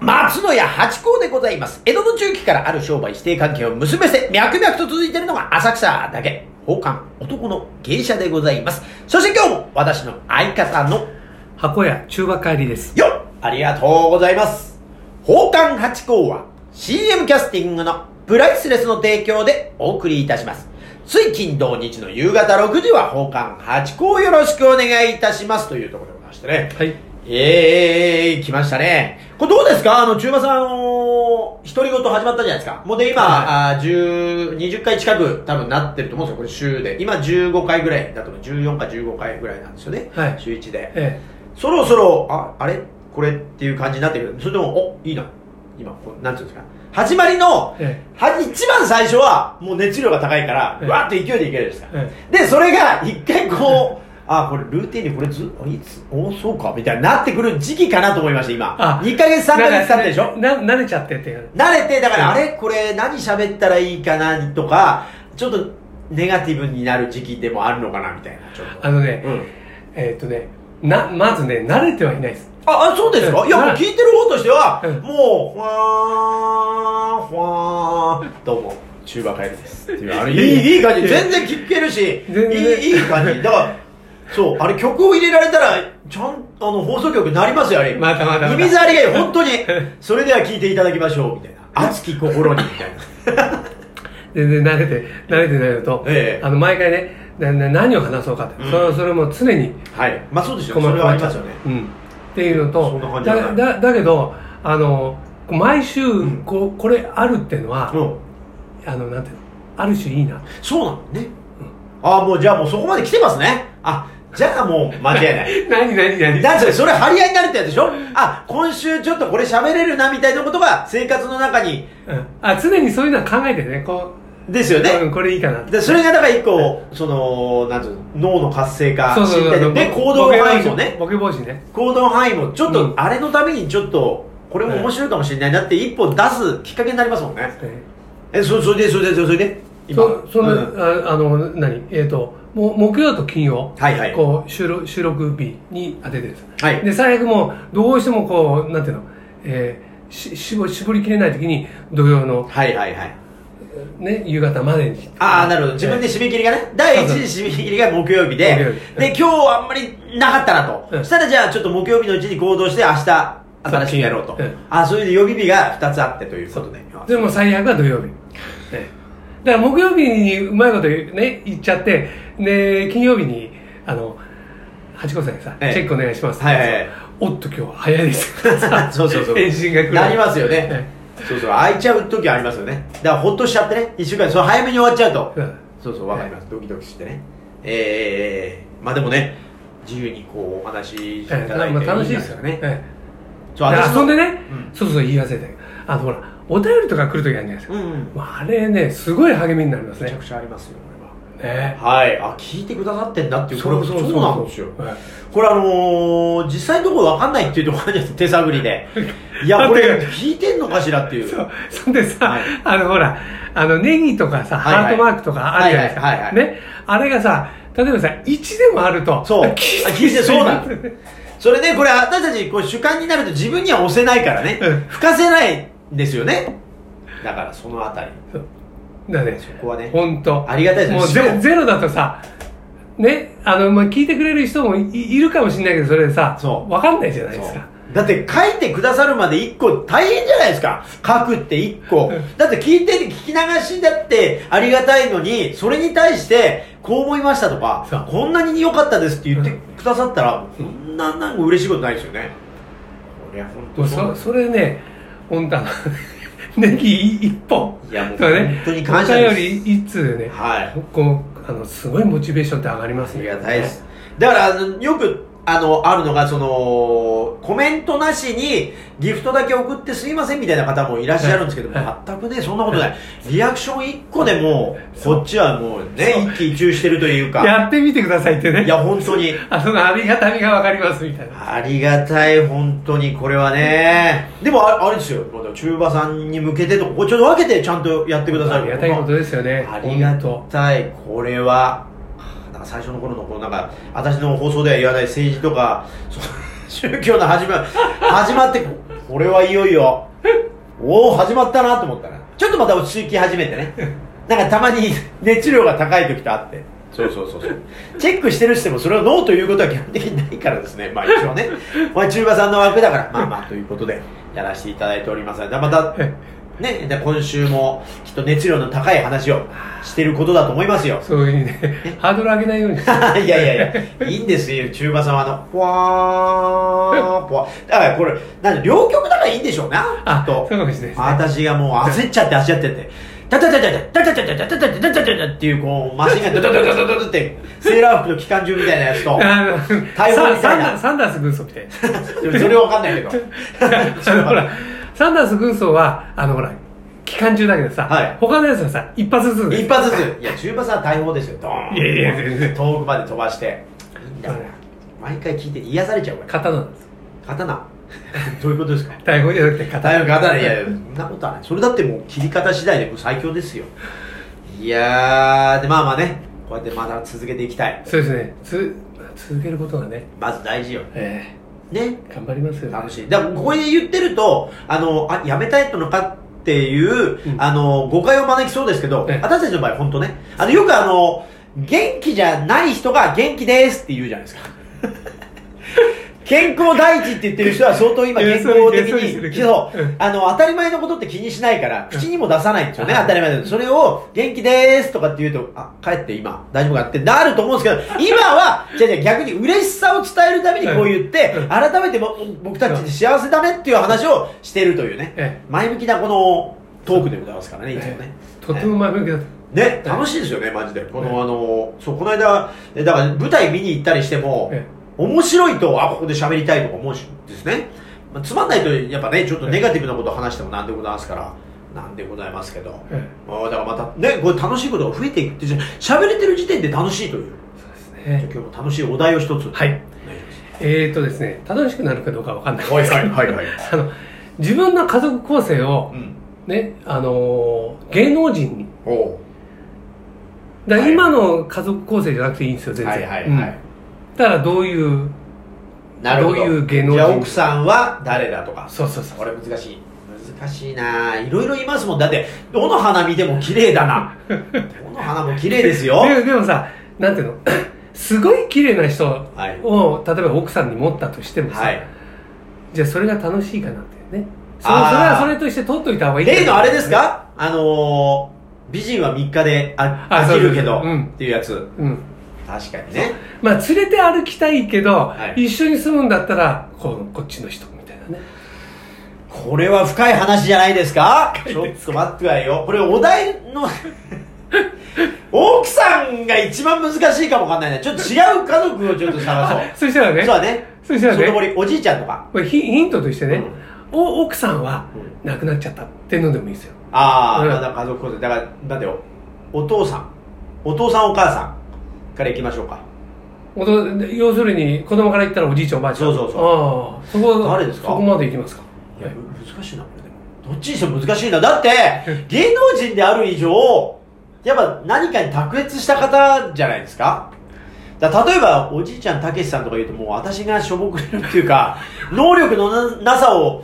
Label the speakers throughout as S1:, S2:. S1: 松野屋八甲でございます。江戸の中期からある商売指定関係を結べせ、脈々と続いているのが浅草だけ。宝冠男の芸者でございます。そして今日も私の相方の
S2: 箱屋中和帰りです
S1: よっありがとうございます。宝冠八甲は CM キャスティングのプライスレスの提供でお送りいたします。つい金土日の夕方6時は宝冠八甲をよろしくお願いいたしますというところでございましてね。
S2: はい
S1: ええ来ましたね。これどうですかあの、中馬さん、あのー、独り言始まったじゃないですか。もうで、今、
S2: は
S1: あ10 20回近く多分なってると思うんですよ、これ週で。今15回ぐらいだと思う。14か15回ぐらいなんですよね。
S2: はい
S1: 週1で。
S2: え
S1: そろそろ、あ、あれこれっていう感じになってくる。それでも、お、いいな。今、こうなんていうんですか。始まりの
S2: え、え
S1: は一番最初は、もう熱量が高いから、
S2: ええ
S1: わーって勢いでいけるじゃないですか
S2: え。え
S1: で、それが一回こう、あ、これルーティンにこれず、あいつ、おそうか、みたいになってくる時期かなと思いました、今
S2: あ。
S1: 2ヶ月、3ヶ月経ったでしょ
S2: な慣れちゃってっていう
S1: 慣れて、だから、あ
S2: うん
S1: れこれ何喋ったらいいかな、とか、ちょっとネガティブになる時期でもあるのかな、みたいな。ちょっと
S2: あのね、
S1: うん。
S2: えーっとねなまずね慣れてはいないです
S1: あ、あ、そうですか、
S2: うん
S1: いや、もう聞いてる方としては、
S2: うん
S1: もう、ふわーん、ふわーん、どうも、中馬帰りです。っていうあれい
S2: いやいや
S1: い、いい感じ。
S2: いや
S1: 全然聞けるし、
S2: 全然
S1: いい、いい感じ。だから、そう、あれ曲を入れられたら、ちゃん、あの、放送局になりますよ、あれ。
S2: まだまだまだ
S1: 耳障りがいい、本当に。それでは聞いていただきましょう、みたいな。熱き心に、みたいな。
S2: 全然慣れて慣れてないのと、
S1: ええ
S2: あの毎回ねなな何を話そうかって、
S1: うん
S2: それそれも常に
S1: はい。まあそうですよ。
S2: 困
S1: そ
S2: っ
S1: れ
S2: て
S1: はありますよね。
S2: うん、っていうの
S1: そんな
S2: と
S1: 感じだ
S2: だ
S1: ね
S2: だだけどあの毎週
S1: ん
S2: こ,、これあるっていうのは、
S1: うん。
S2: あのなんていうのある種いいな
S1: そうなのね。ああ、もうじゃあもうそこまで来てますね。あ、じゃあもう間違いない。
S2: 何 何何
S1: なんそれ、それ張り合いになるってやつでしょあ、今週ちょっとこれ喋れるなみたいなことが生活の中に、
S2: うんあ常にそういうのは考えてねこ
S1: ですよ
S2: う、う
S1: ね。
S2: んこれいいかな
S1: でそれがだから一個、その、なんつうの、脳の活性化
S2: そうそう
S1: 身
S2: そう
S1: 体
S2: そ
S1: の
S2: う
S1: で、行動範囲もね、
S2: ボケ防止ね
S1: 行動範囲も、ちょっ
S2: う
S1: と、
S2: ん
S1: あれのためにちょっと、これも面白いかもしれないなって一歩出すきっかけになりますもんね。
S2: え
S1: え、そ、それで、それで、それで、
S2: え
S1: 今。
S2: そその、
S1: うん
S2: ああの何えっ、ともう木曜と金曜、
S1: はいはい
S2: こう収録収録日に当ててるんです、
S1: はい
S2: で最悪もうどうしてもこうなんていうの、えー、し絞絞りきれない時に土曜の、
S1: はいはいはい。
S2: ね、夕方までに
S1: ああ、なるほど。自分で締め切りがね、第一次締め切りが木曜日
S2: 木
S1: で
S2: 曜日、
S1: で、今日はあんまりなかったな
S2: う
S1: と。
S2: ん
S1: したらじゃあちょっと木曜日のうちに行動して明日、新しくやろうと
S2: うん。
S1: ああ、それで予備日が2つあってということで。
S2: でも最悪は土曜日、ね、だから木曜日にうまいことね言っちゃってで金曜日にあの八子さんにさ、
S1: ええ
S2: チェックお願いしますって
S1: はいはいはい
S2: おっと今日は早いですって さ
S1: そうそうそう。
S2: 返信が来る
S1: なりますよね
S2: え。
S1: そうそう、空いちゃう時ありますよね。だからほっとしちゃってね、1週間、そう早めに終わっちゃうと
S2: うん。
S1: そうそう、わかります。ドキドキしてね。えー、まあでもね、自由にこうお話しいた
S2: ええ
S1: だい
S2: ま
S1: て
S2: あ楽しいですよね、え
S1: そう、
S2: え
S1: 私
S2: で
S1: も
S2: 遊んでね、
S1: うん
S2: そうそう言い忘れたけどあのほらお便りとか来るときあるじゃないですか、
S1: うんうん。
S2: まあ、あれねすごい励みになります
S1: めちゃ
S2: ね
S1: くちゃありますよ、これは。
S2: ね
S1: はい、あ聞いてくださってんだっていうこれそうなんですよ
S2: え
S1: これあのー、実際のところわかんないっていうところなんです手探り でいやこ
S2: だっ
S1: れ
S2: て
S1: 聞いてんのかしらっていう
S2: そう そんでさ、
S1: はい
S2: あのほら、あのネギとかさ、
S1: はいはい
S2: ハートマークとかあるじゃないですか。
S1: はいはいはいはい
S2: ね。あれがさ、例えばさ、1でもあると。
S1: そう
S2: あ聞い
S1: あ聞いてそうなん
S2: 聞いて
S1: それでこれ私たちこう主観になると自分には押せないからね、
S2: うん
S1: 吹かせないんですよねだからそのあたり
S2: そうだね。
S1: そこはね
S2: ほんと。
S1: ありがたいですね
S2: もう
S1: しか
S2: ゼ
S1: も
S2: ゼロだとさ、ね、あの、まあ、聞いてくれる人もいいるかもしれないけど、それでさ、
S1: そう
S2: わかんないじゃない
S1: そ
S2: です
S1: う
S2: か。
S1: だって書いてくださるまで1個大変じゃないですか書くって1個
S2: うん
S1: だって聞いてる聞き流しだってありがたいのにそれに対してこう思いましたと
S2: そ
S1: か
S2: う
S1: こんなに良かったですって言って
S2: うん
S1: くださったら
S2: う
S1: こ
S2: ん
S1: んななんか嬉しいことないですよねこれは本
S2: も
S1: 当
S2: う
S1: そう
S2: そそれね、ほんとあの、 ネギ1本。
S1: いやもう
S2: とかね
S1: 本当に感謝です
S2: お便り1通でね、
S1: はい
S2: こう、あの、すごいモチベーションって上がります
S1: あ
S2: ね。
S1: りがたいです。だから、あのよく、あの、あるのが、その、コメントなしにギフトだけ送ってすいませんみたいな方もいらっしゃるんですけど、
S2: はいは
S1: 全くね、そんなことない。リアクション1個でも、
S2: そう
S1: こっちはもうね
S2: そ、う
S1: 一喜一憂してるというか、
S2: やってみてくださいってね。
S1: いや、本当に。
S2: あそのありがたみがわかりますみたいな。
S1: ありがたい、本当に、これはね。でもあ、あれですよ、まだ中馬さんに向けてとか、これちょっと分けてちゃんとやってくださ
S2: あ
S1: る
S2: りがたいことですよね。
S1: ありが
S2: 本
S1: たい、これは、なんか最初の頃の、こうなんか、私の放送では言わない政治とか、そ宗教の始ま、始まって、これはいよいよ、おお始まったなと思ったらちょっとまた落ち着き始めて ねなんかたまに熱量が高い時とあってそうそうそうそう チェックしてる人もそれをノーということは基本的にないからですねまあ一 応ねまあ中馬さんの枠だからまあまあということでやらせていただいておりますのでま た
S2: え
S1: ねで今週もきっと熱量の高い話をしてることだと思いますよ
S2: そういうふうにね、ハードル上げないように。
S1: いやいやいやいいんですよ中馬さんはあのポワーポワーだからこれなん両極だからいいんでしょうな
S2: あ
S1: きっと
S2: そうかもしれないですね
S1: 私がもう焦っちゃって焦っちゃってて。タタタタタタタタタタタタタタタタっていうこうマシンがダダダダダダダってセーラー服の機関銃みたいなやつと
S2: あの
S1: 対応みたいな
S2: サンダーサンダース軍曹みた いな。
S1: でもそれは分かんないけど
S2: あのほら、サンダース軍曹は、あのほら、期間中だけどさ、
S1: はい
S2: 他のやつはさ、一発ずつ。
S1: 一発ずついや中馬さんは大砲ですよドーン
S2: いやいや全然
S1: 遠くまで飛ばしていいんだから毎回聞いて癒されちゃうから
S2: 刀なんですよ。
S1: 刀どういうことですか
S2: 大砲じゃなくて刀。
S1: 大砲刀いやいやそんなことはないそれだってもう切り方次第でもう最強ですよいやーでまあまあねこうやってまだ続けていきたい
S2: そうですね。つ、続けることがね、
S1: まず大事よ
S2: え
S1: ね
S2: ー頑張りますよ。
S1: 楽しいだからここで言ってるとあのあやめたいとのかっていう、
S2: うん
S1: あの誤解を招きそうですけど、
S2: ええ
S1: 私たちの場合本当ねあのよくあの元気じゃない人が元気ですって言うじゃないですか 健康第一って言ってる人は相当今
S2: いや
S1: 健康的
S2: そうですそうで
S1: に
S2: す
S1: そう
S2: うん
S1: あの当たり前のことって気にしないから口にも出さないんですよね
S2: うん
S1: 当たり前でそれを元気ですとかって言うとあ帰って今大丈夫かってなると思うんですけど今はじゃじゃ逆に嬉しさを伝えるためにこう言って
S2: うん
S1: 改めても僕たちって幸せだねっていう話をしてるという
S2: え
S1: ね前向きなこのトークでございますからねいつもね
S2: とても前向きだった。
S1: ね楽しいですよねマジでこのあのそうこの間えだから舞台見に行ったりしても
S2: え
S1: 面白いとあここで喋りたいとか思うしですね、まあつまんないとやっぱねちょっとネガティブなことを話してもなんでございますからなんでございますけど
S2: え
S1: まあだからまたねこれ楽しいことが増えていくってじゃ喋れてる時点で楽しいという
S2: えそうです
S1: じゃあ
S2: ね。
S1: 今日も楽しいお題を一つ
S2: は
S1: お
S2: い
S1: 願いします
S2: えーとですね、楽しくなるかどうかわかんないですけど。
S1: はいはいはい はい
S2: あの、自分の家族構成を
S1: う、ん
S2: ね、あのー芸能人に。
S1: お
S2: だから
S1: はい
S2: 今の家族構成じゃなくていいんですよ、全然。
S1: はいはいはい
S2: うんだからどういう、
S1: なるほど
S2: どういう芸能人
S1: じゃあ奥さんは誰だとか
S2: そうそうそう。
S1: これ難しい難しいなあいろいろいますもんだってどの花見ても綺麗だなどの花も綺麗ですよ
S2: ででもさなんていうの すごい綺麗な人を、
S1: はい
S2: 例えば奥さんに持ったとしてもさ、
S1: はい
S2: じゃあそれが楽しいかなっていうねそそれ
S1: あー
S2: はそれとして取っといた方がいいんだ
S1: 例
S2: けど
S1: のあれですかあのー、美人は3日であ
S2: あ
S1: 飽きるけ
S2: そ
S1: ど
S2: うですうん
S1: っていうやつ
S2: うん
S1: 確かにね
S2: まあ連れて歩きたいけど、
S1: はい
S2: 一緒に住むんだったらこうこっちの人みたいなね
S1: これは深い話じゃないですかちょっと待ってくださいよこれお題 の奥さんが一番難しいかもわかんないねちょっと違う家族をちょっと探そう
S2: あそしたら
S1: そう
S2: ね
S1: だね
S2: そしたら
S1: 外
S2: ね
S1: 堀おじいちゃんとか
S2: これヒヒントとしてね、
S1: うん
S2: お奥さんは
S1: う
S2: 亡くなっちゃったっていうのでもいいですよ
S1: ああ、
S2: うん
S1: まだ家族構成だからだってよお父さんお父さんお母さんからいきましょうか
S2: おと要するに子供から言ったらおじいちゃんおばあちゃん
S1: そうそうそう
S2: ああそこ
S1: 誰ですか
S2: そこまでいきますか
S1: いや難しいなこれでもどっちにしても難しいなだって 芸能人である以上やっぱ何かに卓越した方じゃないですかだから例えばおじいちゃんたけしさんとか言うともう私がしょぼくれるっていう か能力のななさを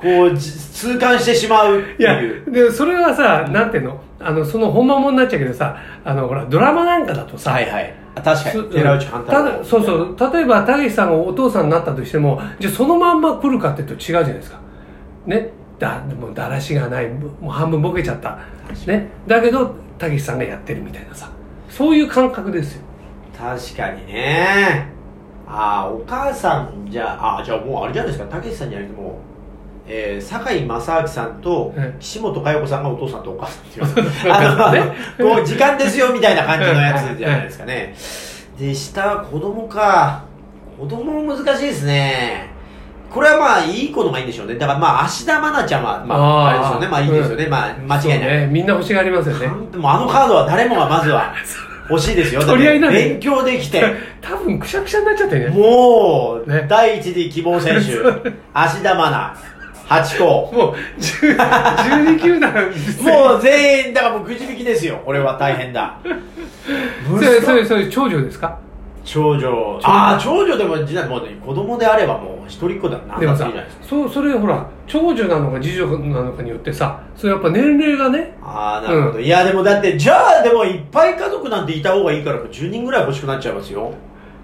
S1: こうじ痛感してしまうって
S2: いや
S1: いう、
S2: で、それはさ、なんていうのあの、その本間もんになっちゃうけどさ、あの、ほら、ドラマなんかだとさ、
S1: はいはいあ確か
S2: す
S1: に寺内半太
S2: た
S1: 郎
S2: だそうそう、例えば、たけしさんがお父さんになったとしても、じゃあそのまんま来るかっていうと違うじゃないですか。ね。だ、もうだらしがない、もうもう半分ボケちゃった。ね。だけど、たけしさんがやってるみたいなさ、そういう感覚ですよ。
S1: 確かにねああお母さんじゃああじゃあもうあれじゃないですかたけしさんじゃなくてもう、えー、堺正明さんと
S2: うん
S1: 岸本佳代子さんがお父さんとお母さんっていう
S2: か
S1: あ
S2: ね
S1: のこう時間ですよみたいな感じのやつじゃないですかねで下子供か子供も難しいですねこれはまあいい子のがいいんでしょうねだからまあ芦田愛菜ちゃんはまああれ
S2: あー
S1: ですよねまあいいですよね、まあ間違いない、
S2: そうね。みんな欲しがりますよね。
S1: でもあのカードは誰もがまずは欲しいですよだって
S2: 取り合いなんで
S1: 勉強できて
S2: 多分、くしゃくしゃになっちゃってるね。
S1: もう、
S2: ね
S1: 第一次希望選手、芦田愛菜、八甲。
S2: もう、10 12球団ですね
S1: もう全員、だからもうくじ引きですよ。これは大変だ。
S2: それ、それ、それ、長女ですか
S1: 長女ああ長女でも実はもう、ね、子供であればもう一人っ子だな
S2: でも
S1: い
S2: さ
S1: いじゃないですか
S2: そうそれほら長女なのか次女なのかによってさそれやっぱ年齢がね
S1: ああなるほど、いやでもだってじゃあでもいっぱい家族なんていた方がいいからもう10人ぐらい欲しくなっちゃいますよ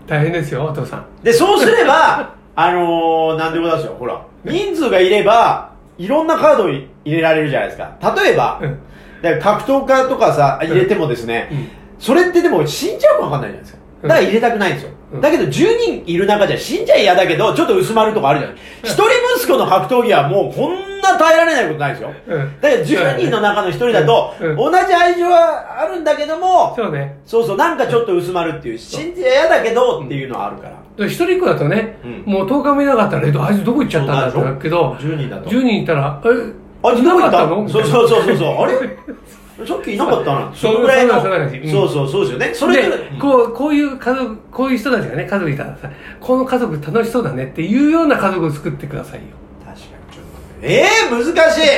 S2: 大変ですよお父さん
S1: でそうすれば あのー、なんでもないですよほら人数がいればいろんなカードを入れられるじゃないですか例えば、
S2: うん
S1: だから格闘家とかさ入れてもですね、
S2: うん
S1: それってでも死んじゃうか分かんないじゃないですかだから入れたくないんですよ、
S2: うん
S1: だけど10人いる中じゃ死んじゃ嫌だけどちょっと薄まるとかあるじゃない一人息子の格闘技はもうこんな耐えられないことないですよ、
S2: うん
S1: だから10人の中の一人だと、
S2: うんうん
S1: 同じ愛情はあるんだけども、
S2: そうね
S1: そうそう、なんかちょっと薄まるっていう、死んじゃ嫌だけどっていうのはあるから。
S2: 一人っ子だとね、
S1: うん
S2: もう10日もいなかったら、えっと、あいつどこ行っちゃったんだって
S1: そうな
S2: な
S1: る
S2: る
S1: でし
S2: け
S1: ょ
S2: ど、
S1: 10人だと
S2: 10人いたら、え、
S1: あいつ
S2: い
S1: ど
S2: な
S1: こ行
S2: か
S1: っ
S2: った
S1: た
S2: の
S1: のそうそううそうそうそう、あれ さっきいなかったな。
S2: そ
S1: そうのぐらいの。
S2: そうなんです
S1: そうそう、そうですよね。それ
S2: で
S1: ぐらい、うん
S2: こう、こういう家族、こういう人たちがね、家族いたらさ、この家族楽しそうだねっていうような家族を作ってくださいよ。
S1: 確かにちょっと。ええー、難しい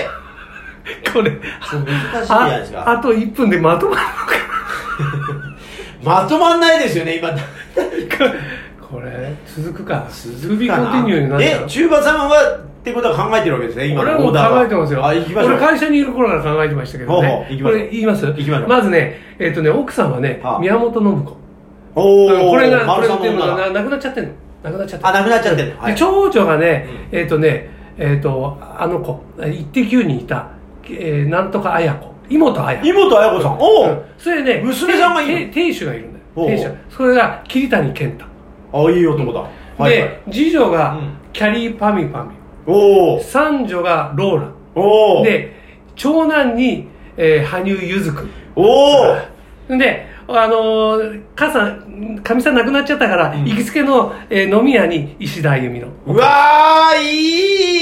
S2: これ、
S1: そう難しいじゃないです
S2: あ、あ
S1: か。
S2: と1分でまとまる
S1: まとまんないですよね、今。
S2: のか。これ、続くか。
S1: 続
S2: くかコンティニューになっちゃ
S1: え、
S2: う。
S1: 中馬さんはってことは考えてるわけですね、今
S2: 俺は
S1: の
S2: も
S1: オ
S2: う
S1: ーダーは。
S2: 考えてますよ。
S1: あ、行きましょ
S2: 俺
S1: う。
S2: 会社にいる頃から考えてましたけど
S1: ほうほ
S2: ね
S1: う。行きましょ
S2: こ
S1: う
S2: れ言います
S1: 行きましょう
S2: まずね、えっとね、奥さんはね
S1: は、あ
S2: 宮本信子。
S1: おー、
S2: これが、こ
S1: 丸
S2: れ
S1: さ
S2: っ
S1: ん
S2: て
S1: の
S2: いうの
S1: 女
S2: が
S1: だ
S2: ななくなっちゃってんの。なくなっちゃって
S1: あ、なくなっちゃってる。
S2: で
S1: はい
S2: 長女がね、
S1: うん
S2: えっ、とね、えっ、と、あの子、えーイッテ Q にいた、えーなんとか綾子、妹綾子。
S1: 妹綾子さん。お
S2: うんそれでね、
S1: 娘さんがいるの
S2: て亭主がいるんだよ。
S1: おう
S2: 亭主がそれが桐谷健太。
S1: お。あ、いい男だ。はいはい
S2: で、次女が
S1: うん
S2: キャリーパミュパミ
S1: お
S2: ュ。
S1: ー。
S2: 三女がローラ。
S1: おー。
S2: で、長男に、えー羽生結弦
S1: おー。
S2: 君。で、あのー母さん、かみさん亡くなっちゃったから、
S1: うん
S2: 行きつけの、えー飲み屋に石田あゆみの。
S1: うわー、いい